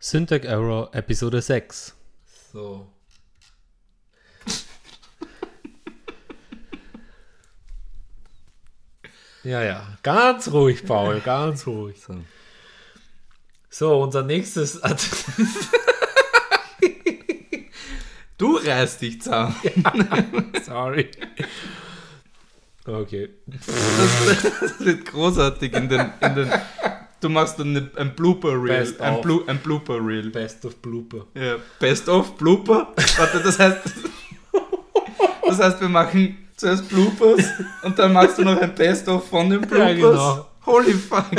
Syntax Error Episode 6. So. ja, ja. Ganz ruhig, Paul. Ganz ruhig. So, unser nächstes. Ad- Du reißt dich zusammen. Sorry. Okay. Das, das wird großartig in den. In den du machst dann ne- ein Blooper Reel. Best Ein, of. Blu, ein Blooper Reel. Best of Blooper. Ja. Best of Blooper? Warte, das heißt. Das heißt, wir machen zuerst Bloopers und dann machst du noch ein Best of von den Bloopers. Ja, genau. Holy fuck.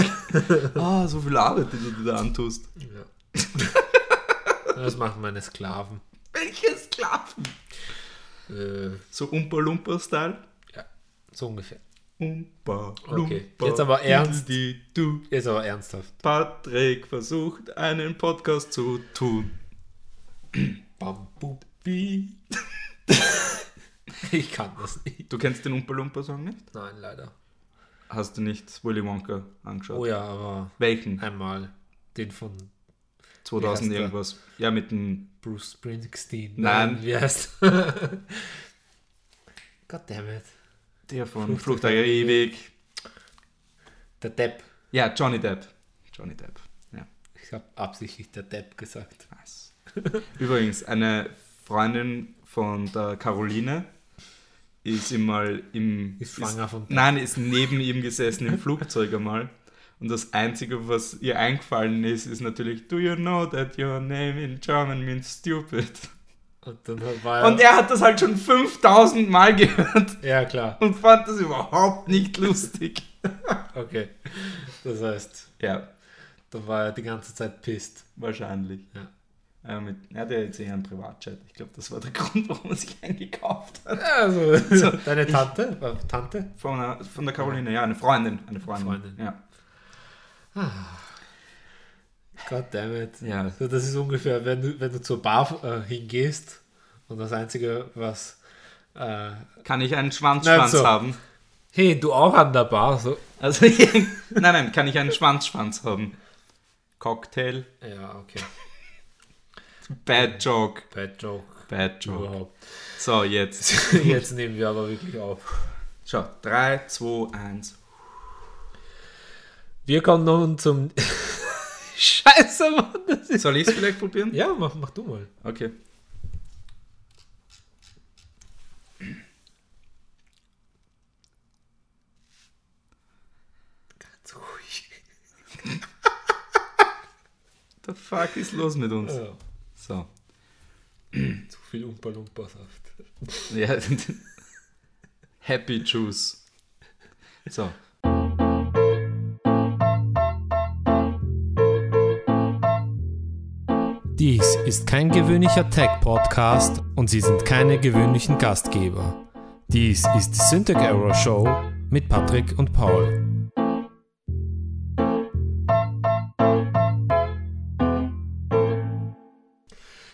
Ah, so viel Arbeit, die du dir da antust. Ja. Das machen meine Sklaven. Welches Klappen? Äh, So Umpa Lumpa Style. ja, so ungefähr. Umpa Okay, Lumpa. jetzt aber ernst. Die, du. Jetzt aber ernsthaft. Patrick versucht, einen Podcast zu tun. Bam, bu, bi. ich kann das nicht. Du kennst den Umpa Lumpa Song nicht? Nein, leider. Hast du nicht Willy Wonka angeschaut? Oh ja, aber Welchen? einmal den von 2000 Wie heißt der? irgendwas. Ja, mit dem. Bruce Springsteen. Nein. Wie heißt God damn it. Der von Flucht Flucht der der Ewig. Der Depp. Ja, Johnny Depp. Johnny Depp. Ja, Ich habe absichtlich der Depp gesagt. nice. Übrigens, eine Freundin von der Caroline ist ihm mal im. Ist schwanger von Depp. Nein, ist neben ihm gesessen im Flugzeug einmal. Und das Einzige, was ihr eingefallen ist, ist natürlich, do you know that your name in German means stupid? Und dann hat- war er. Und er hat das halt schon 5000 Mal gehört ja, klar. und fand das überhaupt nicht lustig. Okay. Das heißt, Ja, dann war er die ganze Zeit pisst. wahrscheinlich. Ja. Er, mit, er hat ja jetzt eher einen Privatchat. Ich glaube, das war der Grund, warum er sich eingekauft hat. Also, deine Tante? Äh, Tante? Von der, von der Caroline, ja, eine Freundin. Eine Freundin. Freundin. Ja. God damn it. ja. So, das ist ungefähr, wenn du, wenn du zur Bar äh, hingehst und das Einzige, was. Äh, Kann ich einen Schwanzschwanz Nein, so. haben? hey, du auch an der Bar? So, Also, nein, nein, kann ich einen Schwanzschwanz haben? Cocktail, ja, okay. Bad Joke, Bad Joke. Bad Joke. Überhaupt. So, jetzt. Jetzt nehmen wir aber wirklich auf. Schau, 3, 2, 1. Wir kommen nun zum. Scheiße, Mann. Das ist... Soll ich es vielleicht probieren? Ja, mach, mach du mal. Okay. Ganz ruhig. The fuck ist los mit uns? Ja. So. Zu viel Umpa-Lumpa-Saft. Ja. Happy Juice. So. Dies ist kein gewöhnlicher Tech-Podcast und Sie sind keine gewöhnlichen Gastgeber. Dies ist die Syntax Error Show mit Patrick und Paul.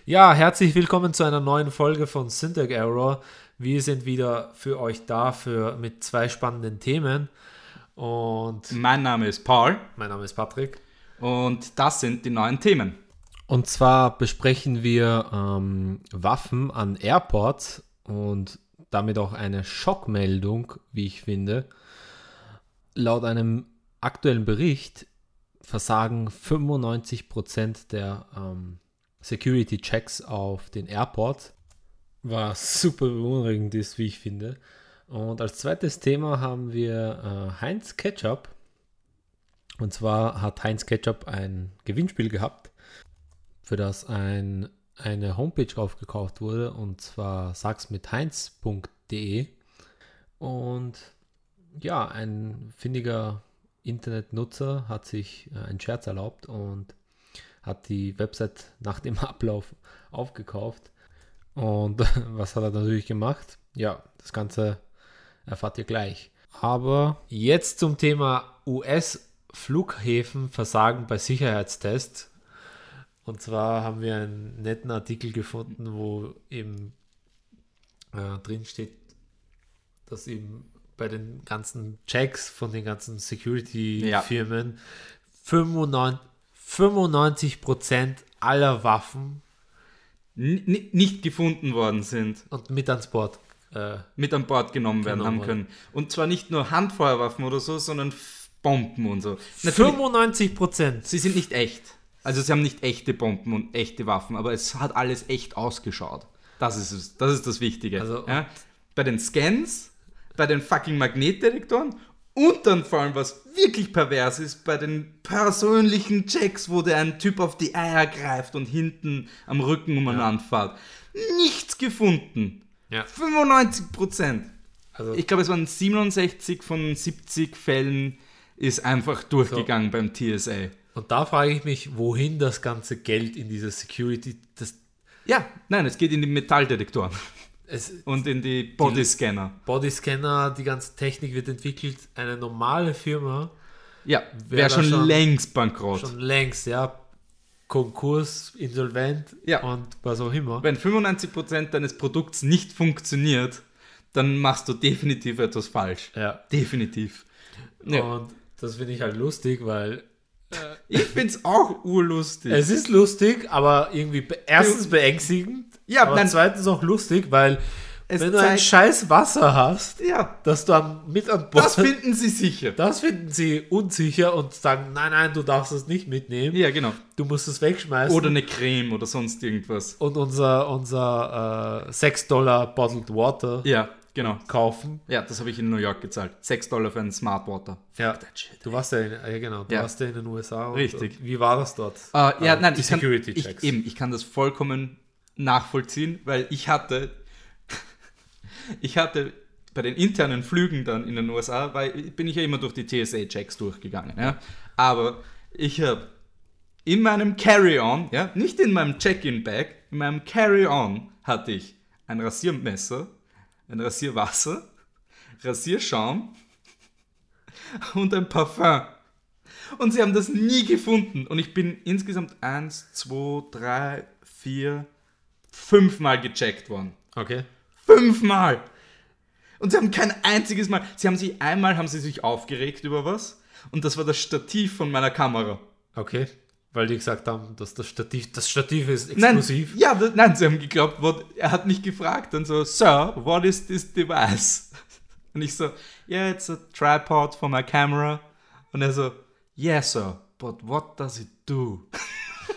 Ja, herzlich willkommen zu einer neuen Folge von Syntax Error. Wir sind wieder für euch da für, mit zwei spannenden Themen. Und Mein Name ist Paul mein Name ist Patrick. und das sind die neuen Themen. Und zwar besprechen wir ähm, Waffen an Airports und damit auch eine Schockmeldung, wie ich finde. Laut einem aktuellen Bericht versagen 95% der ähm, Security-Checks auf den Airport, was super beunruhigend ist, wie ich finde. Und als zweites Thema haben wir äh, Heinz Ketchup. Und zwar hat Heinz Ketchup ein Gewinnspiel gehabt für das ein, eine Homepage aufgekauft wurde und zwar sagsmitheinz.de und ja, ein findiger Internetnutzer hat sich äh, einen Scherz erlaubt und hat die Website nach dem Ablauf aufgekauft. Und was hat er natürlich gemacht? Ja, das Ganze erfahrt ihr gleich. Aber jetzt zum Thema US-Flughäfen versagen bei Sicherheitstests. Und zwar haben wir einen netten Artikel gefunden, wo eben äh, drin steht, dass eben bei den ganzen Checks von den ganzen Security-Firmen 95 Prozent aller Waffen N ni- nicht gefunden worden sind, und mit ans Board. Äh, mit an Bord genommen werden Genommen haben können. Und zwar nicht nur Handfeuerwaffen oder so, sondern F- Bomben und so. Natürlich, 95 Prozent. sie sind nicht echt. Also sie haben nicht echte Bomben und echte Waffen, aber es hat alles echt ausgeschaut. Das ist es. Das ist das Wichtige. Also- ja? Bei den Scans, bei den fucking Magnetdetektoren und dann vor allem, was wirklich pervers ist, bei den persönlichen Checks, wo der ein Typ auf die Eier greift und hinten am Rücken umeinander fährt. Nichts gefunden. Ja. 95 Prozent. Also, Ich glaube, es waren 67 von 70 Fällen ist einfach durchgegangen beim TSA. und da frage ich mich, wohin das ganze Geld in dieser Security, das, Ja, nein, es geht in die Metalldetektoren es, und in die Bodyscanner. Bodyscanner, die ganze Technik wird entwickelt. Eine normale Firma, Ja, Wär wäre schon, da schon- längst bankrott. schon längst, ja, Konkurs, insolvent Ja. und was auch immer. Wenn 95% deines Produkts nicht funktioniert, dann machst du definitiv etwas falsch. Ja. Definitiv. Ja. Und das finde ich halt lustig, weil Ich find's auch urlustig. es ist lustig, aber irgendwie be erstens beängstigend, Ja, aber nein. zweitens auch lustig, weil Es wenn du ein zeigt- scheiß Wasser hast, ja, das du am, mit an Bord das finden sie sicher. das finden sie unsicher und sagen, nein, nein, du darfst es nicht mitnehmen, Ja, genau. du musst es wegschmeißen. Oder eine Creme oder sonst irgendwas. und unser, unser äh, 6 Dollar Bottled Water Ja, genau. kaufen. Ja, das habe ich in New York gezahlt. 6 Dollar für einen Smartwater. Ja. Du warst ja in, ja, genau, du Ja. warst ja in den USA. und- Richtig. Und wie war das dort? Äh, ja, Also nein, die ich kann, Security ich, Checks. eben, ich kann das vollkommen nachvollziehen, weil ich hatte, ich hatte bei den internen Flügen dann in den USA, weil bin ich ja immer durch die TSA-Checks durchgegangen, ja. Aber ich habe in meinem Carry-On, ja, nicht in meinem Check-in-Bag, in meinem Carry-On hatte ich ein Rasiermesser, ein Rasierwasser, Rasierschaum und ein Parfum. Und sie haben das nie gefunden. Und ich bin insgesamt eins, zwei, drei, vier, fünfmal gecheckt worden. Okay. Fünfmal! Und sie haben kein einziges Mal. Sie haben sich einmal haben sie sich aufgeregt über was. Und das war das Stativ von meiner Kamera. Okay. Weil die gesagt haben, dass das Stativ, das Stativ ist Nein, exklusiv. ja, das, nein, sie haben geglaubt, what, er hat mich gefragt und so, Sir, what is this device? Und ich so, yeah, it's a tripod for my camera. Und er so, yeah, sir, but what does it do?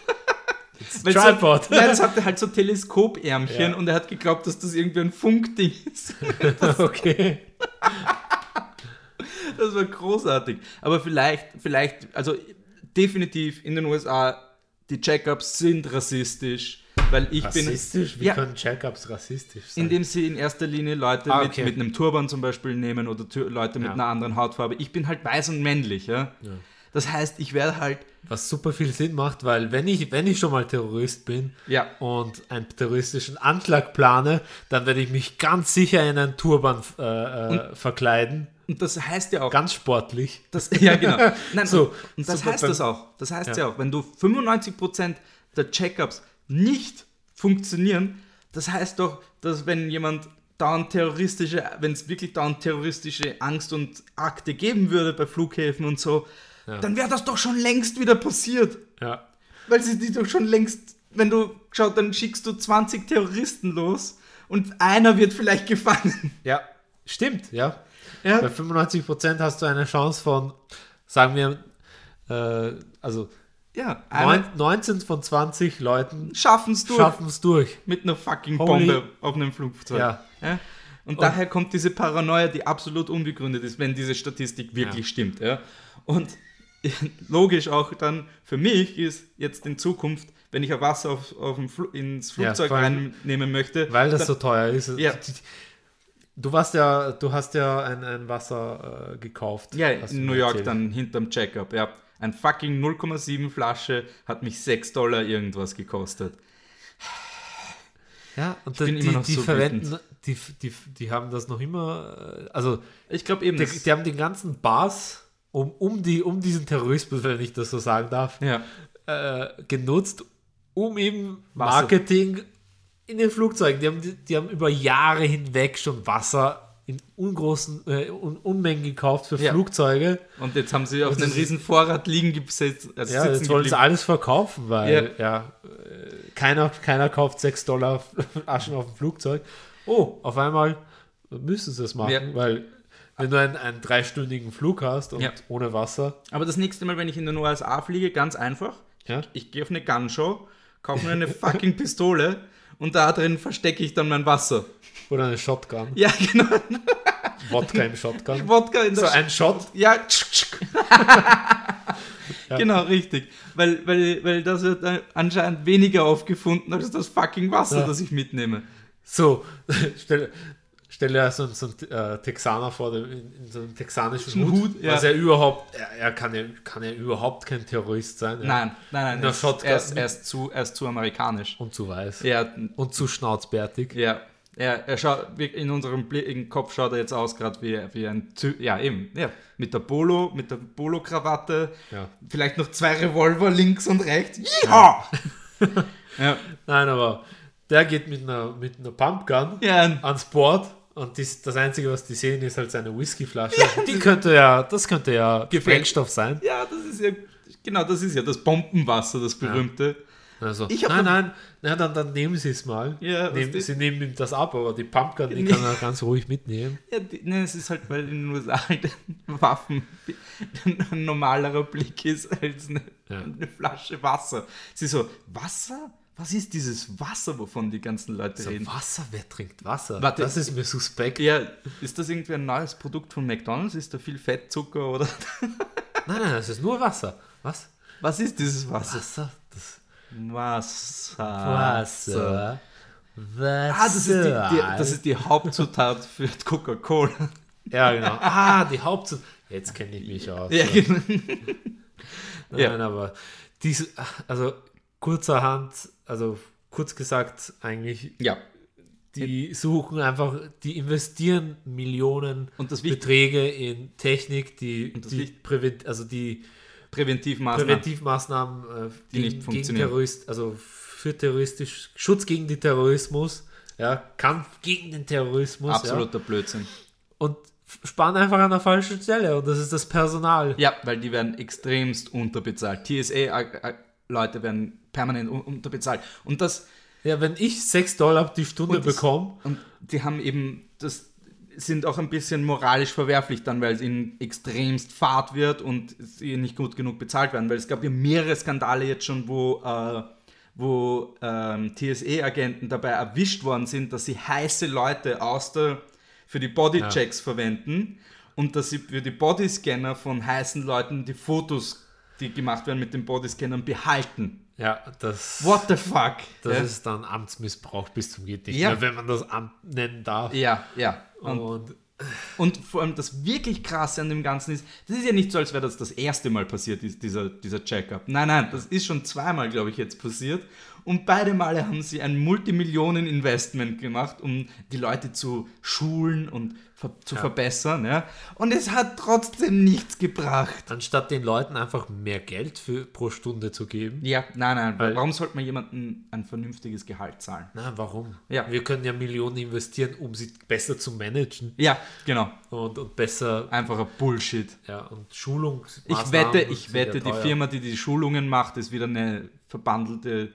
Weil es Tripod. hat- Nein, es hatte halt so Teleskopärmchen und er hat geglaubt, dass das irgendwie ein Funkding ist. okay. Das war großartig. Aber vielleicht, vielleicht, also definitiv in den USA, die Checkups sind rassistisch, weil ich Rassistisch? bin. Wie Ja, können Check-ups rassistisch sein? Indem sie in erster Linie Leute Ah, mit, okay. mit einem Turban zum Beispiel nehmen oder Tür Leute mit Ja. einer anderen Hautfarbe. Ich bin halt weiß und männlich, ja. Das heißt, ich werde halt, Was super viel Sinn macht, weil wenn ich, wenn ich schon mal Terrorist bin Ja. und einen terroristischen Anschlag plane, dann werde ich mich ganz sicher in einen Turban äh, äh, verkleiden. und das heißt ja auch, Ganz sportlich. das, ja genau. Nein, So, und, und das super heißt beim- das auch. Das heißt ja, Ja. auch, wenn du 95% der Checkups nicht funktionieren, das heißt doch, dass wenn jemand dauernd terroristische, wenn es wirklich dauernd terroristische Angst und Akte geben würde bei Flughäfen und so, dann wäre das doch schon längst wieder passiert. Ja. Weil sie die doch schon längst, wenn du schaut, dann schickst du 20 Terroristen los und einer wird vielleicht gefangen. Ja. Stimmt, ja. Bei Ja, 95% hast du eine Chance von, sagen wir, äh, also ja neun, einer 19 von 20 Leuten schaffen es durch schaffen es durch. mit einer fucking Holy- Bombe auf einem Flugzeug. Ja. Ja? Und, daher kommt diese Paranoia, die absolut unbegründet ist, wenn diese Statistik wirklich stimmt. Ja? Und logisch auch dann für mich ist jetzt in Zukunft, wenn ich ein Wasser auf, auf dem Flu ins Ja, Flugzeug vor allem- reinnehmen möchte, Weil dann- das so teuer ist. Ja. Du warst ja, du hast ja ein, ein Wasser äh, gekauft. Ja, hast in du New mir York erzählt. dann hinterm Checkup. Ja, ein fucking 0,7 Flasche hat mich 6 Dollar irgendwas gekostet. Ja, und dann, bin immer die, noch die so verwenden, die, die, die haben das noch immer, äh, also Ich glaube eben, die, das- die haben den ganzen Bars um, um, die, um diesen Terrorismus, wenn ich das so sagen darf, ja, äh, genutzt, um eben Wasser. Marketing in den Flugzeugen. Die haben, die, die haben über Jahre hinweg schon Wasser in ungroßen äh, Un Unmengen gekauft für Flugzeuge. Und jetzt haben sie auf einen riesen Vorrat liegen gesetzt. Also Ja, jetzt wollen sie geblieben. alles verkaufen, weil ja, äh, keiner, keiner kauft 6 Dollar Aschen auf dem Flugzeug. Oh, auf einmal müssen sie es machen, Ja. weil wenn du einen, einen dreistündigen Flug hast und Ja. ohne Wasser, Aber das nächste Mal, wenn ich in den USA fliege, ganz einfach. ja, Ich gehe auf eine Gunshow, kaufe mir eine fucking Pistole und da drin verstecke ich dann mein Wasser. oder eine Shotgun, Ja, genau. Wodka im Shotgun. Wodka in der So ein Shot, Ja, tsch, tsch. genau, richtig. Weil, weil, weil das wird äh, anscheinend weniger aufgefunden als das fucking Wasser, Ja. das ich mitnehme. so, stell, stell dir so, einen- so einen äh, Texaner vor, der in, in so einem texanischen Ein Hut, Hut, ja. was er überhaupt, er, er kann, ja, kann ja überhaupt kein Terrorist sein. Ja. Nein, nein, nein. Na, Er ist, Shotgun. er, ist, er, ist zu, er ist zu amerikanisch. Und zu weiß. Ja, Und zu schnauzbärtig. ja. Er, er schaut, wir- in unserem Blick, im Kopf schaut er jetzt aus, gerade wie, wie ein Typ. Ja, eben. Ja. Mit der Polo, mit der Polo-Krawatte. Ja. Vielleicht noch zwei Revolver links und rechts. Yeehaw! ja. Nein, aber der geht mit einer, mit einer Pumpgun ja. ans Board und dies, das Einzige, was die sehen, ist halt seine Whiskyflasche. die könnte ja, das könnte ja Sprengstoff sein. Ja, das ist ja. Genau, das ist ja das Bombenwasser, das berühmte. Also, Ich hab nein, nein, nein, dann, dann nehmen sie es mal. Ja, was nehmen, die- sie nehmen ihm das ab, aber die Pumpgun, die kann er ganz ruhig mitnehmen. Ja, die, ne, es ist halt, weil in den USA halt Waffen ein normalerer Blick ist als eine, Ja. eine Flasche Wasser. Sie so, Wasser? Was ist dieses Wasser, wovon die ganzen Leute So, reden? Wasser, wer trinkt Wasser? Warte. das ist mir suspekt. Ja, ist das irgendwie ein neues Produkt von McDonalds? Ist da viel Fettzucker oder Nein, nein, das ist nur Wasser. Was? was ist dieses Wasser? Wasser? Das Wasser. Wasser. Wasser. Ah, das ist, die, die, das ist die Hauptzutat für Coca-Cola. ja, genau. Ah, die Hauptzutaten. Jetzt kenne ich mich aus. Ja, genau. Ja. Nein, aber diese, also kurzerhand, also kurz gesagt, eigentlich, ja. die suchen einfach, die investieren Millionen Und das Wichtige, Beträge in Technik, die, Und das die, Wicht- Prävent, also die Präventivmaßnahmen. Präventivmaßnahmen, äh, Die nicht funktionieren. Gegen Terrorist, also für terroristisch, Schutz gegen den Terrorismus, ja, Kampf gegen den Terrorismus, Ja, Absoluter Blödsinn. und sparen einfach an der falschen Stelle und das ist das Personal. Ja, weil die werden extremst unterbezahlt. TSA-Leute äh, werden permanent un unterbezahlt. Und das, Ja, wenn ich 6 Dollar die Stunde Und das- bekomme, und die haben eben, das sind auch ein bisschen moralisch verwerflich dann, weil es ihnen extremst fad wird und sie nicht gut genug bezahlt werden. Weil es gab ja mehrere Skandale jetzt schon, wo, äh, wo ähm, TSA-Agenten dabei erwischt worden sind, dass sie heiße Leute aus der, für die Bodychecks verwenden und dass sie für die Bodyscanner von heißen Leuten die Fotos, die gemacht werden mit den Bodyscannern, behalten. ja, das... What the fuck? Das ja? ist dann Amtsmissbrauch bis zum geht nicht Ja. mehr, wenn man das Amt nennen darf. ja, ja. Und Und Und vor allem das wirklich Krasse an dem Ganzen ist, das ist ja nicht so, als wäre das das erste Mal passiert, dies- dieser, dieser Check-up. Nein, nein, das ist schon zweimal, glaube ich, jetzt passiert. Und beide Male haben sie ein Multimillionen-Investment gemacht, um die Leute zu schulen und ver zu verbessern. Ja? Und es hat trotzdem nichts gebracht. anstatt den Leuten einfach mehr Geld für, pro Stunde zu geben, Ja, nein, nein. Weil- warum sollte man jemandem ein vernünftiges Gehalt zahlen? na warum? Ja. Wir können ja Millionen investieren, um sie besser zu managen Ja, genau. und, und besser, Einfacher Bullshit. ja, und Schulung. Ich wette, ich wette, die Firma, die die Schulungen macht, ist wieder eine verbandelte,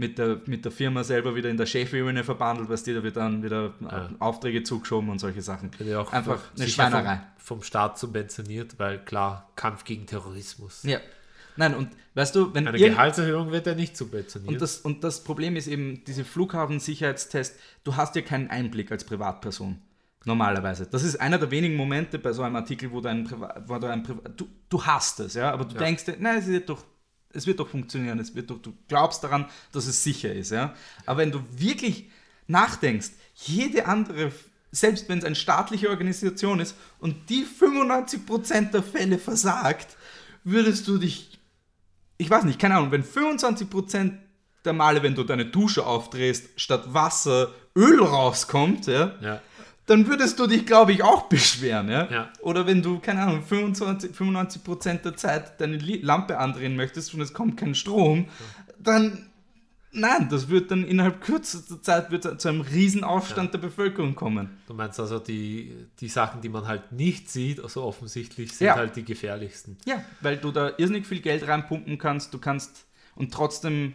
mit der, mit der Firma selber wieder in der Chefebene verbandelt, was die da wird dann wieder Aufträge zugeschoben und solche Sachen. Auch Einfach eine sicher Schweinerei. Vom, vom Staat subventioniert, weil klar, Kampf gegen Terrorismus. Ja. Nein, und weißt du, wenn Eine irgend- Gehaltserhöhung wird ja nicht subventioniert. und das, und das Problem ist eben, diese Flughafensicherheitstest, du hast ja keinen Einblick als Privatperson. Normalerweise. Das ist einer der wenigen Momente bei so einem Artikel, wo du ein Privat, wo du ein Privat, du, du hast es, ja, aber du denkst dir, nein, es wird doch, es wird doch funktionieren, es wird doch, du glaubst daran, dass es sicher ist, ja. Aber wenn du wirklich nachdenkst, jede andere, selbst wenn es eine staatliche Organisation ist und die 95% der Fälle versagt, würdest du dich ich weiß nicht, keine Ahnung, wenn 25% der Male, wenn du deine Dusche aufdrehst, statt Wasser Öl rauskommt, ja, ja. dann würdest du dich, glaube ich, auch beschweren, ja? Ja. Oder wenn du, keine Ahnung, 25, 95% der Zeit deine Li- Lampe andrehen möchtest und es kommt kein Strom, dann Nein, das wird dann innerhalb kürzester Zeit wird zu einem Riesenaufstand der Bevölkerung kommen. Du meinst also, die, die Sachen, die man halt nicht sieht, also offensichtlich sind Ja. halt die gefährlichsten. Ja, weil du da irrsinnig viel Geld reinpumpen kannst, du kannst und trotzdem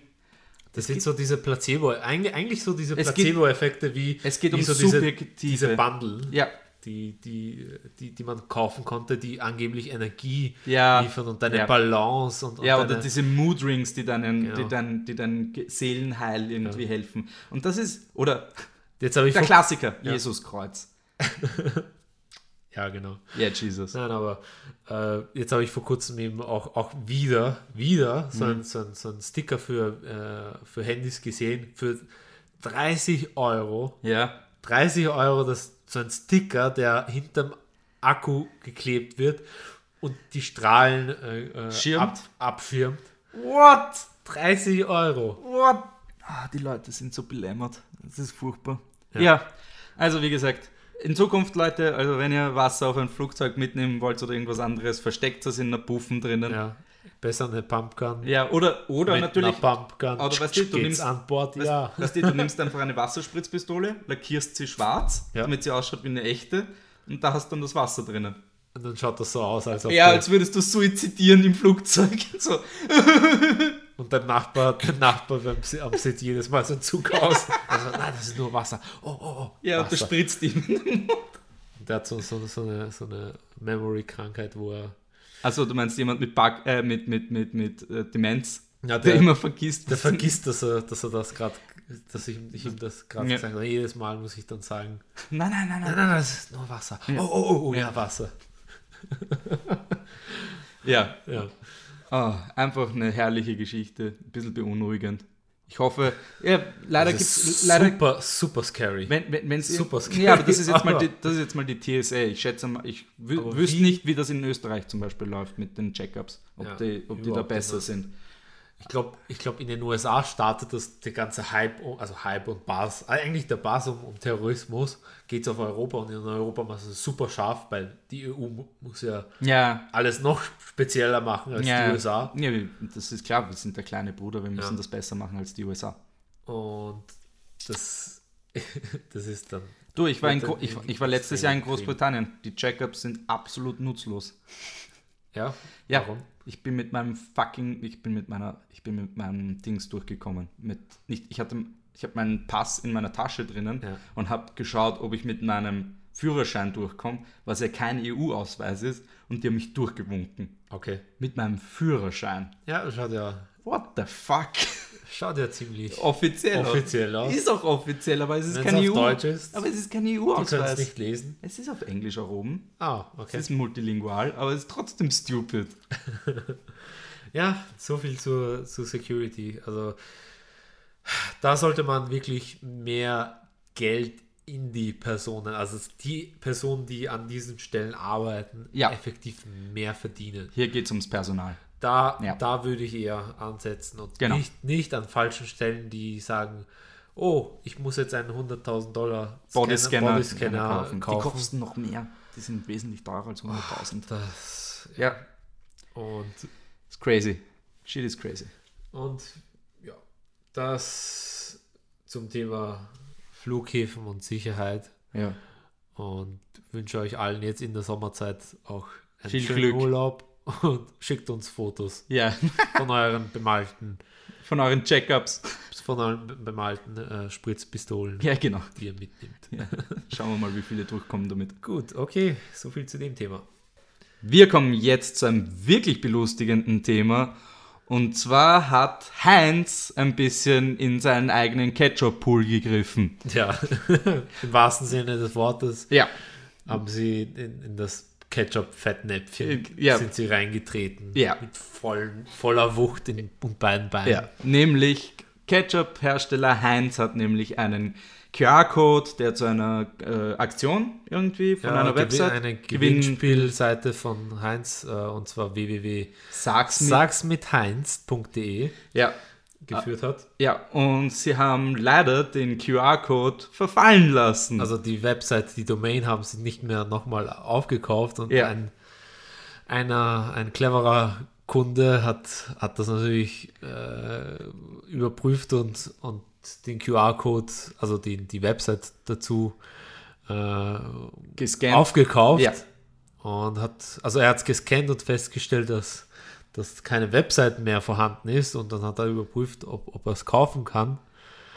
Das sind so diese Placebo, eigentlich, eigentlich so diese Es geht- Placebo-Effekte wie, es geht wie um so diese, subjektive- diese Bundle, ja, die, die, die, die man kaufen konnte, die angeblich Energie Ja. liefern und deine Ja. Balance und, und ja, deine, oder diese Moodrings, die deinen, Genau. die dein, die dein Ge- Seelenheil irgendwie helfen. Und das ist oder Jetzt habe ich der vom- Klassiker, Ja. Jesus Kreuz. Ja, genau. Ja, Jesus. Nein, aber äh, jetzt habe ich vor kurzem eben auch, auch wieder, wieder so Mhm. ein, so ein, so ein Sticker für, äh, für Handys gesehen, für 30 Euro. Ja, 30 Euro, das, so ein Sticker, der hinterm Akku geklebt wird und die Strahlen äh, äh, Schirmt. Ab, abschirmt. What? 30 Euro. What? Ah, die Leute sind so belämmert. Das ist furchtbar. Ja. also wie gesagt, in Zukunft, Leute, also wenn ihr Wasser auf ein Flugzeug mitnehmen wollt oder irgendwas anderes, versteckt es in einer Puffen drinnen. Ja, Ja, besser eine Pumpgun. oder, oder Mit natürlich. einer Pumpgun. Aber weißt du, du geht's nimmst- an Bord, Weißt, ja. weißt du, du nimmst einfach eine Wasserspritzpistole, lackierst sie schwarz, Ja. damit sie ausschaut wie eine echte, und da hast dann das Wasser drinnen. Und dann schaut das so aus, als ob Ja, du- als würdest du suizidieren im Flugzeug. So. Und der Nachbar, der Nachbar beim, Si- am Sit jedes Mal so einen Zug aus. Also, nein, das ist nur Wasser. Oh, oh, oh. Ja, und du Wasser. spritzt ihn. Der hat so, so, so eine, so eine Memory-Krankheit, wo er. Also du meinst jemand mit, Bug, äh, mit, mit, mit, mit äh, Demenz, Ja, der der- immer vergisst. Der was denn- vergisst, dass er, dass er das gerade, dass ich, ich ihm das gerade Ja. gesagt habe. Jedes Mal muss ich dann sagen, Nein, nein, nein, nein, nein. nein, nein, das ist nur Wasser. Oh, oh, oh, oh ja. Wasser. Ja, Ja. Ah, einfach eine herrliche Geschichte. Ein bisschen beunruhigend. Ich hoffe, ja, leider Das gibt es, ist leider, super, super scary. wenn, wenn, wenn's, super scary, Ja, aber das ist jetzt mal die, aber- das ist jetzt mal die TSA. Ich schätze mal, ich wü Aber wüsste wie- nicht, wie das in Österreich zum Beispiel läuft mit den Checkups, ob Ja, die, ob die da überhaupt besser nicht. sind. Ich glaube, ich glaub, in den USA startet das der ganze Hype, um- also Hype und Buzz, eigentlich der Buzz um, um Terrorismus, geht es auf Europa und in Europa macht es super scharf, weil die EU mu- muss ja Ja, alles noch spezieller machen als die USA. Ja, wir- das ist klar, wir sind der kleine Bruder, wir müssen das besser machen als die USA. Und das, das ist dann. Du, ich war, in, Wird Gro- dann ich, irgendwie ich war letztes extrem Jahr in extrem. Großbritannien. Die Checkups sind absolut nutzlos. Ja, Ja, Warum? ich bin mit meinem fucking, ich bin mit meiner, ich bin mit meinem Dings durchgekommen. Mit nicht, ich hatte, ich habe meinen Pass in meiner Tasche drinnen Ja. und habe geschaut, ob ich mit meinem Führerschein durchkomme, was ja kein EU-Ausweis ist, und die haben mich durchgewunken okay. mit meinem Führerschein. Ja, schaut ja, What the fuck? schaut ja ziemlich. Oh, Offiziell. aus. Offiziell aus. Ist auch offiziell, aber es ist Wenn's kein auf EU. Deutsch ist, aber es ist kein Du kannst EU-Ausweis. nicht lesen. Es ist auf Englisch auch oben. Ah, Es okay. ist multilingual, aber es ist trotzdem stupid. Ja, so viel zur, zur Security. Also da sollte man wirklich mehr Geld in die Personen, also die Personen, die an diesen Stellen arbeiten, Ja. effektiv mehr verdienen. Hier geht es ums Personal. Da, Ja. da würde ich eher ansetzen und Genau. nicht, nicht an falschen Stellen, die sagen, oh, ich muss jetzt einen 100.000 Dollar Bodyscanner, Bodyscanner kaufen. Die kosten noch mehr. Die sind wesentlich teurer als 100.000. Das, ja, und ist crazy. Shit is crazy. Und ja, das zum Thema Flughäfen und Sicherheit. Ja. Und wünsche euch allen jetzt in der Sommerzeit auch einen Viel schönen Glück. Urlaub und schickt uns Fotos Ja, von euren bemalten, von euren Checkups. von euren be- bemalten äh, Spritzpistolen, Ja, genau. die ihr mitnimmt. Schauen wir mal, wie viele durchkommen damit. Gut, okay, so viel zu dem Thema. Wir kommen jetzt zu einem wirklich belustigenden Thema. Und zwar hat Heinz ein bisschen in seinen eigenen Ketchup-Pool gegriffen. Ja, im wahrsten Sinne des Wortes Ja. Hm. haben sie in, in das Ketchup-Fettnäpfchen Äh, Ja. sind sie reingetreten. Ja. Äh, Mit vollen, voller Wucht in, und beiden Beinen. Ja, nämlich Ketchup-Hersteller Heinz hat nämlich einen QR-Code, der zu einer äh, Aktion irgendwie von Ja, einer gewin- Website Eine Gewinn- Gewinnspielseite von Heinz äh, und zwar Sag's mir. www.sagsmitheinz.de Ja, Ah. geführt hat. ja, und sie haben leider den QR-Code verfallen lassen. Also die Website, die Domain haben sie nicht mehr nochmal aufgekauft und Ja. ein, einer, ein cleverer Kunde hat, hat das natürlich äh, überprüft und, und den QR-Code, also die, die Website dazu äh, Gescannt. aufgekauft. Ja. Und hat, also er hat es gescannt und festgestellt, dass, dass keine Website mehr vorhanden ist. Und dann hat er überprüft, ob, ob er es kaufen kann.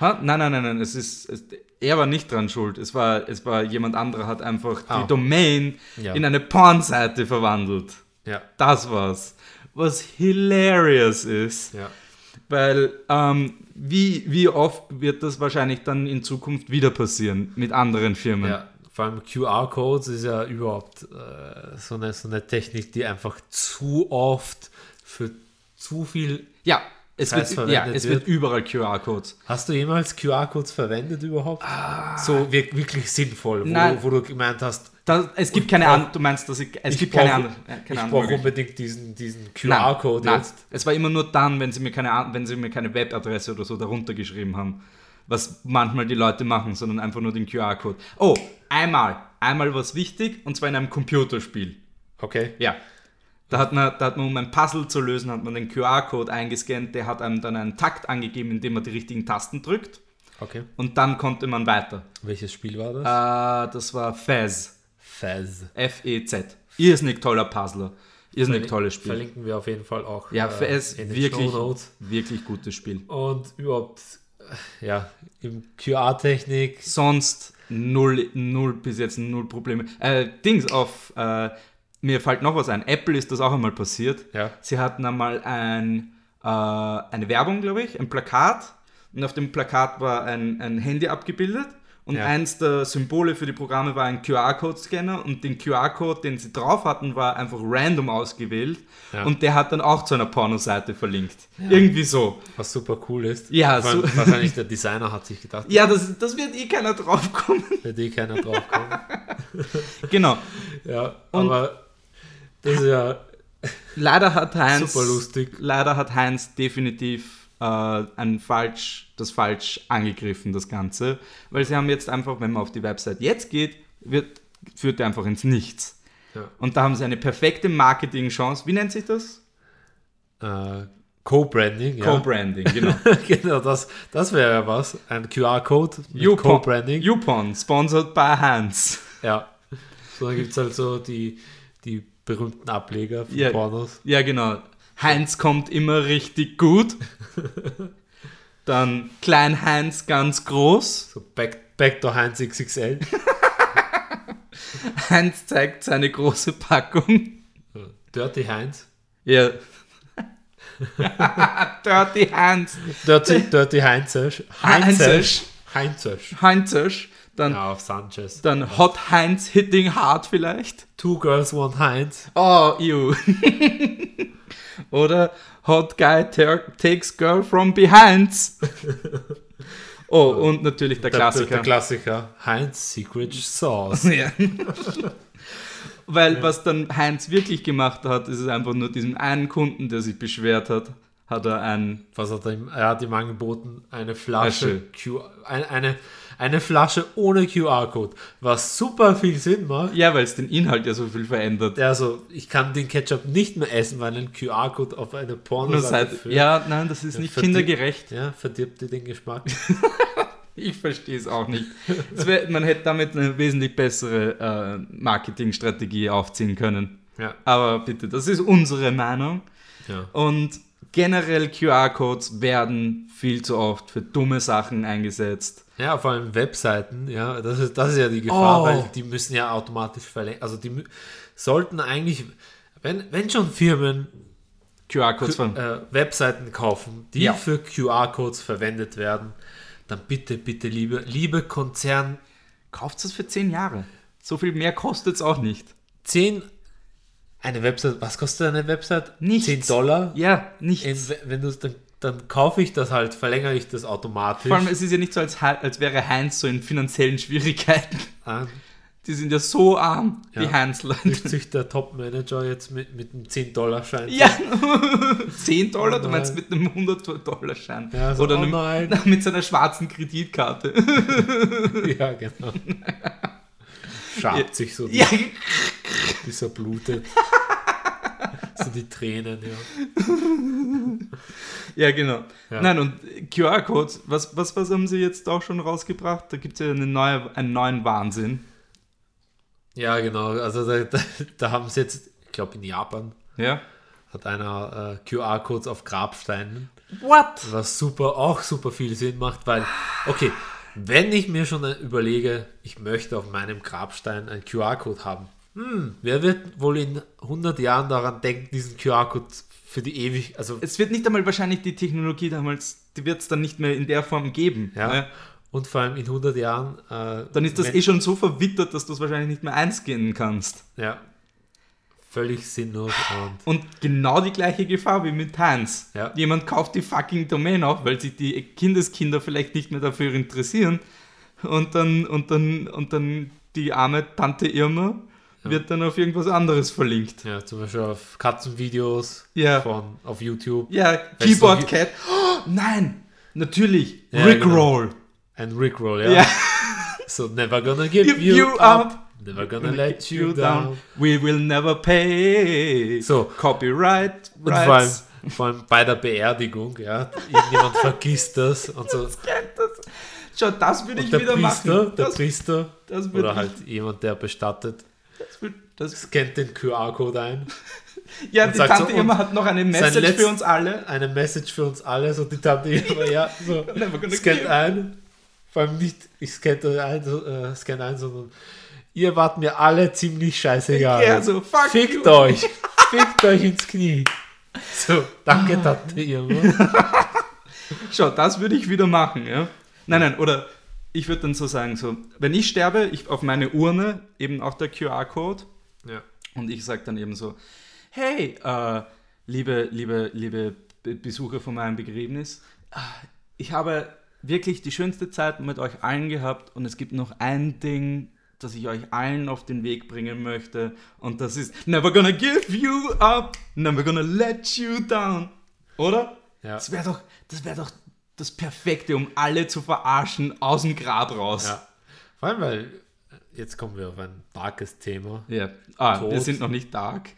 Ha? Nein, nein, nein, nein. Es ist, es, er war nicht dran schuld. Es war, es war jemand anderer hat einfach Ah. die Domain Ja. in eine Pornseite verwandelt. Ja. Das war's. Was hilarious ist. Ja. Weil ähm, wie, wie oft wird das wahrscheinlich dann in Zukunft wieder passieren mit anderen Firmen? Ja, vor allem QR-Codes ist ja überhaupt äh, so, eine, so eine Technik, die einfach zu oft für zu viel. Ja, es, Scheiß wird, ja, verwendet es wird überall QR-Codes. Hast du jemals QR-Codes verwendet überhaupt? So wir- wirklich sinnvoll, Ah. Nein. wo, wo du gemeint hast, Das, es gibt keine andere, du meinst, dass ich, es ich gibt brauche- keine andere. ja, Keine ich andere brauche Möglichkeit. unbedingt diesen, diesen Nein, QR-Code nein. jetzt. Es war immer nur dann, wenn sie mir keine, an- wenn sie mir keine Webadresse oder so darunter geschrieben haben, was manchmal die Leute machen, sondern einfach nur den QR-Code. Oh, einmal, einmal was wichtig und zwar in einem Computerspiel. Okay. Ja. Da hat, man, da hat man, um ein Puzzle zu lösen, hat man den QR-Code eingescannt, der hat einem dann einen Takt angegeben, indem man die richtigen Tasten drückt okay. und dann konnte man weiter. Welches Spiel war das? Äh, das war Fez. Fez. F-E-Z. Irrsinnig toller Puzzler. Irrsinnig tolles Spiel. Verlinken wir auf jeden Fall auch. Ja, äh, Fez, in den wirklich, Show Notes. wirklich gutes Spiel. Und überhaupt, äh, ja, im QR-Technik Sonst null, null bis jetzt null Probleme. Äh, Dings auf, äh, mir fällt noch was ein. Apple ist das auch einmal passiert. Ja. Sie hatten einmal ein, äh, eine Werbung, glaube ich, ein Plakat. Und auf dem Plakat war ein, ein Handy abgebildet. Und Ja. eins der Symbole für die Programme war ein QR-Code-Scanner. Und den QR-Code, den sie drauf hatten, war einfach random ausgewählt. Ja. Und der hat dann auch zu einer Pornoseite verlinkt. Irgendwie so. Was super cool ist. Ja, Vor allem so- wahrscheinlich der Designer hat sich gedacht, Ja, das, das wird eh keiner draufkommen. wird eh keiner drauf kommen. genau. ja, Und- aber das ist ja Leider hat Heinz. Super lustig. Leider hat Heinz definitiv äh, ein falsch, das falsch angegriffen, das Ganze. Weil sie haben jetzt einfach, wenn man auf die Website jetzt geht, wird, führt er einfach ins Nichts. Ja. Und da haben sie eine perfekte Marketingchance. Wie nennt sich das? äh, Co-Branding. Ja. Co-Branding, genau. genau, das, das wäre ja was. Ein QR-Code mit Youpon- Co-Branding. Youpon, sponsored by Heinz. Ja. So, dann gibt es halt so die, die berühmten Ableger von Ja. Pornos. Ja, genau. Heinz kommt immer richtig gut. Dann Klein Heinz ganz groß. So Back, Backdoor Heinz XXL. Heinz zeigt seine große Packung. Dirty Heinz. Ja. Dirty Hands. Dirty, Dirty Heinzers. Heinzers. Heinzers. Heinzers. Dann, Ja, auf Sanchez. dann Hot Heinz Hitting Hard vielleicht. Two Girls, One Heinz. Oh, ew. Oder Hot Guy ter- Takes Girl from Behind. Oh, und natürlich der, Klassiker. Der, der Klassiker. Heinz Secret Sauce. Ja. Weil was dann Heinz wirklich gemacht hat, ist es einfach nur diesem einen Kunden, der sich beschwert hat, hat er einen Was hat er ihm? Er hat ihm angeboten, eine Flasche, Flasche. Q, eine, eine, eine Flasche ohne QR-Code, was super viel Sinn macht. Ja, weil es den Inhalt ja so viel verändert. Also, ich kann den Ketchup nicht mehr essen, weil ein QR-Code auf eine Nur Pornoseite seit, führt. ja, nein, das ist nicht verdient- kindergerecht. Ja, verdirbt dir den Geschmack. Ich verstehe es auch nicht. Es wär, man hätte damit eine wesentlich bessere äh, Marketingstrategie aufziehen können. ja. Aber bitte, das ist unsere Meinung. ja. Und generell QR-Codes werden viel zu oft für dumme Sachen eingesetzt. Ja, vor allem Webseiten, ja, das ist, das ist ja die Gefahr, Oh. weil die müssen ja automatisch verlängern. Also die mü- sollten eigentlich, wenn, wenn schon Firmen QR-Codes von. äh, Webseiten kaufen, die Ja. für QR-Codes verwendet werden, dann bitte, bitte, liebe, liebe Konzern, Kauft es für 10 Jahre. So viel mehr kostet es auch nicht. 10 eine Website, was kostet eine Website? Nichts. 10 Dollar? Ja, In, nichts. wenn du dann, dann kaufe ich das halt, verlängere ich das automatisch. Vor allem, es ist ja nicht so, als, als wäre Heinz so in finanziellen Schwierigkeiten. an. Die sind ja so arm, die Ja. Heinzleute. Trifft sich der Top-Manager jetzt mit, mit einem 10-Dollar-Schein. Ja, 10 Dollar, du Oh meinst nein. mit einem 100-Dollar-Schein. Ja, so, Oder oh einem, nein. mit seiner schwarzen Kreditkarte. Ja, genau. Schabt sich so, ja, bis er blutet. so die Tränen, ja. Ja, genau. Ja. Nein, und QR-Codes, was, was, was haben sie jetzt auch schon rausgebracht? Da gibt es ja eine neue, einen neuen Wahnsinn. Ja, genau. Also da, da, da haben sie jetzt, ich glaube in Japan, Ja? hat einer äh, QR-Codes auf Grabsteinen, What? was super, auch super viel Sinn macht, weil, okay, wenn ich mir schon äh, überlege, ich möchte auf meinem Grabstein einen QR-Code haben, hm, wer wird wohl in 100 Jahren daran denken, diesen QR-Code für die ewig, also Es wird nicht einmal wahrscheinlich die Technologie damals, die wird es dann nicht mehr in der Form geben. Ja. ne? Und vor allem in 100 Jahren. Äh, Dann ist das wenn- eh schon so verwittert, dass du es wahrscheinlich nicht mehr einscannen kannst. Ja. Völlig sinnlos und. Und genau die gleiche Gefahr wie mit Heinz. Ja. Jemand kauft die fucking Domain auf, weil sich die Kindeskinder vielleicht nicht mehr dafür interessieren. Und dann, und dann, und dann die arme Tante Irma wird dann auf irgendwas anderes verlinkt. Ja, zum Beispiel auf Katzenvideos Ja. von, auf YouTube. Ja, Weißt Keyboard du, wie- Cat. Oh, nein, natürlich. Ja, genau. Rickroll. Ein Rickroll, ja. Ja, So, never gonna give Give you, you up, up. Never gonna let you down. We will never pay. So. Copyright. Und vor allem, vor allem bei der Beerdigung, ja. Irgendjemand vergisst das und so. Das, schau, das würde ich Und der wieder Priester, machen. der Das, Priester das würde oder ich- halt jemand, der bestattet, das würde, das, scannt den QR-Code ein. ja, Und die sagt so, Tante Irma hat noch eine Message letzt- für uns alle. Eine Message für uns alle, so die Tante Eva, ja, so. Never gonna scannt give. ein. Vor allem nicht, ich scanne ein, so, äh, scannt ein, sondern ihr wart mir alle ziemlich scheißegal. Ja, so, fuck Fickt you. euch. Fickt euch ins Knie. So, danke, Tante Irma. Schau, das würde ich wieder machen, ja. Nein, nein, oder ich würde dann so sagen, so, wenn ich sterbe, ich auf meine Urne eben auch der QR-Code Ja. und ich sage dann eben so, hey, äh, liebe, liebe, liebe Be- Besucher von meinem Begräbnis, ah, ich habe wirklich die schönste Zeit mit euch allen gehabt und es gibt noch ein Ding, das ich euch allen auf den Weg bringen möchte und das ist never gonna give you up, never gonna let you down, oder? Ja. Das wäre doch, das wäre doch das Perfekte, um alle zu verarschen aus dem Grab raus. ja. Vor allem, weil äh, jetzt kommen wir auf ein darkes Thema. Ja. Ah, wir Tot. sind noch nicht dark.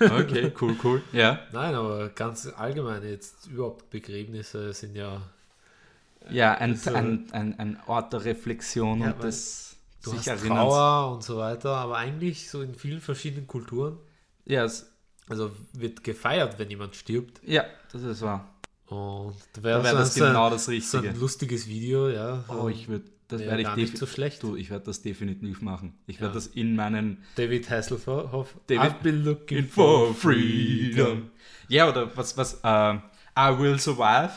Okay, cool, cool. Ja. Nein, aber ganz allgemein jetzt überhaupt Begräbnisse sind ja. Ja, ein, So. ein, ein, ein Ort der Reflexion Also Ja, und weil des Du sich hast Erinnerns. Trauer und so weiter, aber eigentlich so in vielen verschiedenen Kulturen. Ja, es, Also wird gefeiert, wenn jemand stirbt. ja, das ist wahr. Und da wäre Dann wär das so ein- genau das So ein Richtige. lustiges Video, ja. Oh, ich würde, das Wär werde ich gar definitiv. nicht so schlecht. Du, ich werde das definitiv machen. Ich werde Ja. das in meinen David Hasselhoff. David- I've been looking In for freedom. Ja, oder was, was, äh, I will survive.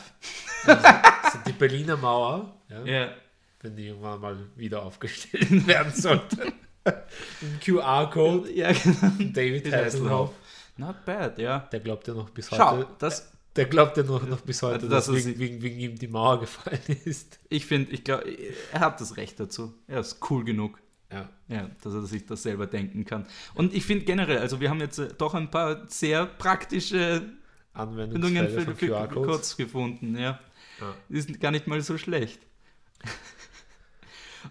So die Berliner Mauer, ja, Ja. wenn die irgendwann mal wieder aufgestellt werden sollte. Ein QR-Code. Ja, genau. David Hasselhoff. Hasselhoff. Not bad, ja. Der glaubt ja noch bis Schau, heute. das, Der glaubt ja noch, noch bis heute, Das dass ist- wegen, wegen, wegen ihm die Mauer gefallen ist. ich finde, ich glaube, er hat das Recht dazu. Er ist cool genug. Ja. Ja, dass er sich das selber denken kann. Und ich finde generell, also wir haben jetzt äh, doch ein paar sehr praktische Bindungen Anwendungsfälle für, von für QR-Codes. QR-Codes gefunden, ja. Ja. Ist gar nicht mal so schlecht.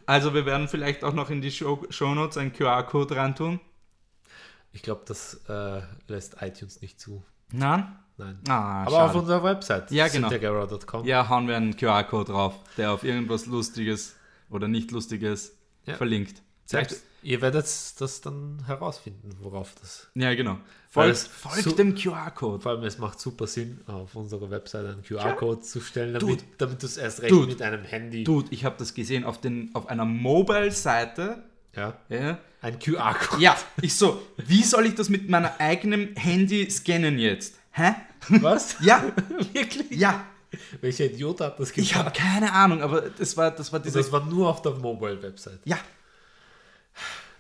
Also wir werden vielleicht auch noch in die Show, Shownotes einen QR-Code reintun. Ich glaube, das äh, lässt iTunes nicht zu. Nein? Nein. Ah, Aber auf schade. unserer Website. Ja, genau. sintergera.com. Ja, hauen wir einen QR-Code drauf, der auf irgendwas Lustiges oder nicht Lustiges Ja. verlinkt. Selbst ihr werdet das dann herausfinden, worauf das. Ja, genau. Weil Folgt, es folgt so- dem QR-Code. Vor allem, es macht super Sinn, auf unserer Website einen QR-Code zu stellen, damit, Dude. damit du es erst recht Dude. mit einem Handy. Dude, ich habe das gesehen auf, den, auf einer Mobile-Seite. Ja, Ja. ein QR-Code. ja, ich so, wie soll ich das mit meinem eigenen Handy scannen jetzt? Hä? Was? Ja, Wirklich? ja. Welcher Idiot hat das Ich habe gemacht? keine Ahnung, aber das war, das war Und dieses. das war nur auf der Mobile-Website. Ja.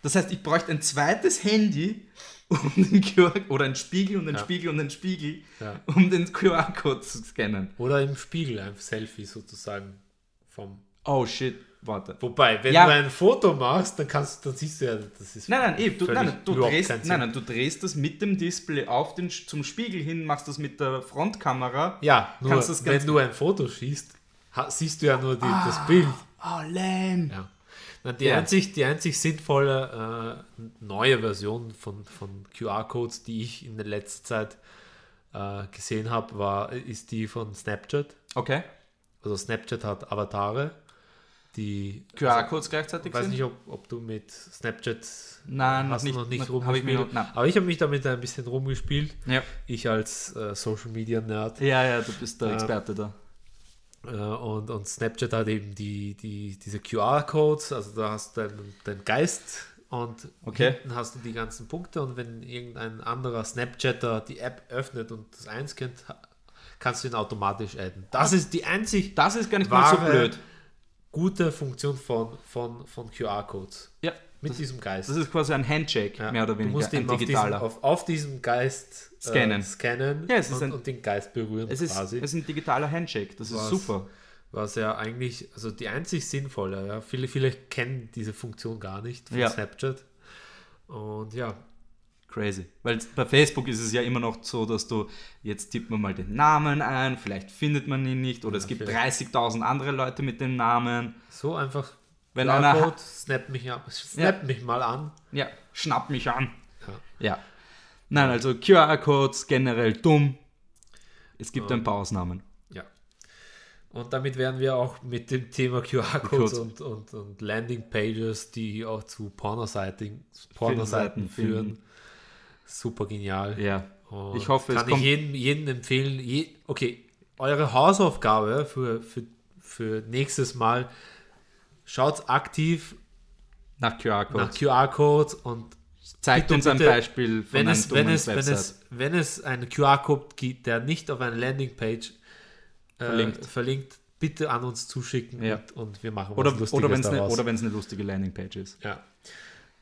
Das heißt, ich bräuchte ein zweites Handy um den QR oder einen Spiegel und einen Ja. Spiegel und einen Spiegel, Ja. um den QR-Code zu scannen. Oder im Spiegel, ein Selfie sozusagen. Vom Oh shit, warte. Wobei, wenn Ja. du ein Foto machst, dann kannst du, dann siehst du ja, das ist. Nein, nein, eben, du, nein, völlig nein, du überhaupt drehst, keinen Sinn. nein, nein, du drehst das mit dem Display auf den, zum Spiegel hin, machst das mit der Frontkamera. Ja, nur Kannst das wenn ganz- Ah. du ein Foto schießt, ha- siehst du ja nur die, das Bild. Oh, lame. Ja. Nein, die, Ja. einzig, die einzig sinnvolle äh, neue Version von, von QR-Codes, die ich in der letzten Zeit äh, gesehen habe, war, ist die von Snapchat. Okay. Also Snapchat hat Avatare, die QR-Codes gleichzeitig Ich Also, weiß nicht, sind? ob, ob du mit Snapchat Nein, hast noch du noch nicht. nicht Noch- hab ich mir rumgespielt. noch- nein. Aber ich habe mich damit ein bisschen rumgespielt. Ja. Ich als äh, Social Media Nerd. ja, ja, du bist der Experte da. Äh, und, und Snapchat hat eben die, die, diese QR-Codes, also da hast du deinen, deinen Geist und Okay. hinten hast du die ganzen Punkte und wenn irgendein anderer Snapchatter die App öffnet und das einscannt, ha- kannst du ihn automatisch adden. Das ist die einzig Das ist gar nicht mal so Wahre- blöd. gute Funktion von, von, von QR-Codes. Ja. Mit das, diesem Geist. das ist quasi ein Handshake, Ja, mehr oder weniger. Du musst ein ihn auf diesem, digitaler. auf, auf diesem Geist äh, Scannen. scannen Ja, es ist und, ein- und den Geist berühren es, ist, es quasi. ist ein digitaler Handshake. Das ist Was? super. was ja eigentlich, also die einzig sinnvolle, ja. Viele, viele kennen diese Funktion gar nicht von Ja. Snapchat. Und ja, Crazy. Weil bei Facebook ist es ja immer noch so, dass du jetzt tippt man mal den Namen ein, vielleicht findet man ihn nicht oder es gibt vielleicht. 30.000 andere Leute mit dem Namen. so einfach. Wenn QR einer- Code, snap mich, ab, snap mich mal an. Ja, schnapp mich an. Ja. Ja. Nein, also QR-Codes generell dumm. Es gibt ein paar Ausnahmen. Ja. Und damit wären wir auch mit dem Thema QR-Codes Codes. und, und, und Landing-Pages, die auch zu Pornoseiten, Pornoseiten führen. finden. Super genial. Ja. Und Ich hoffe, Oh, kann es kommt. ich jedem, jedem empfehlen. Je, okay, eure Hausaufgabe für, für, für nächstes Mal: schaut aktiv nach nach QR-Codes. QR-Codes und Zeigt Bitte, uns ein bitte, Beispiel von wenn einem es, dummen wenn, es, wenn, Website. es, wenn es einen QR-Code gibt, der nicht auf eine Landingpage äh, Verlinkt. verlinkt. bitte an uns zuschicken Ja. und, und wir machen oder was oder Lustiges wenn es eine daraus. oder wenn's eine lustige Landingpage ist. ja.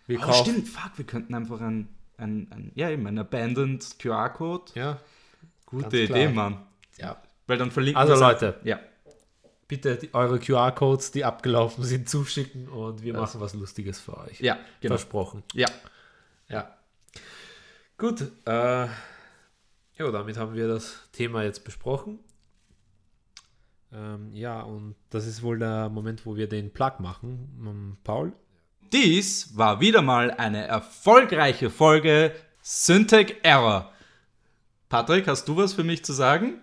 Wir Oh, kaufen. stimmt, fuck, wir könnten einfach ein, ein, ein ja eben, ein Abandoned QR-Code. Ja, Gute ganz Idee, klar. Mann. ja. Weil dann verlinken Also, wir's einfach- Leute, Ja, bitte die, eure QR-Codes, die abgelaufen sind, zuschicken und wir machen was Lustiges für euch. ja, genau. Versprochen. Ja, Ja. Gut. Äh, ja, damit haben wir das Thema jetzt besprochen. Ähm, ja, und das ist wohl der Moment, wo wir den Plug machen. Ähm, Paul? dies war wieder mal eine erfolgreiche Folge Syntec Error. Patrick, hast du was für mich zu sagen?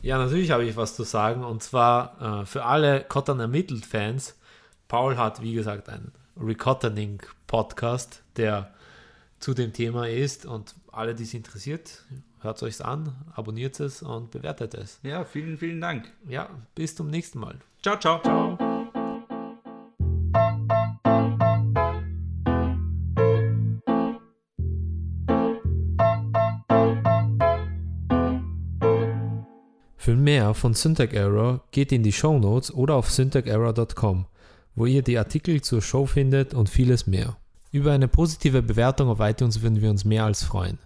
Ja, natürlich habe ich was zu sagen. Und zwar äh, für alle Cotton ermittelt Fans. Paul hat, wie gesagt, einen Recottening Podcast, der zu dem Thema ist. Und alle, die es interessiert, hört es euch an, abonniert es und bewertet es. Ja, vielen, vielen Dank. Ja, bis zum nächsten Mal. Ciao, ciao. ciao. Für mehr von Syntax Error geht in die Show Notes oder auf syntaxerror.com, wo ihr die Artikel zur Show findet und vieles mehr. Über eine positive Bewertung auf iTunes würden wir uns mehr als freuen.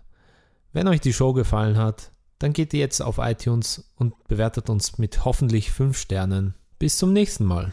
Wenn euch die Show gefallen hat, dann geht ihr jetzt auf iTunes und bewertet uns mit hoffentlich 5 Sternen. Bis zum nächsten Mal.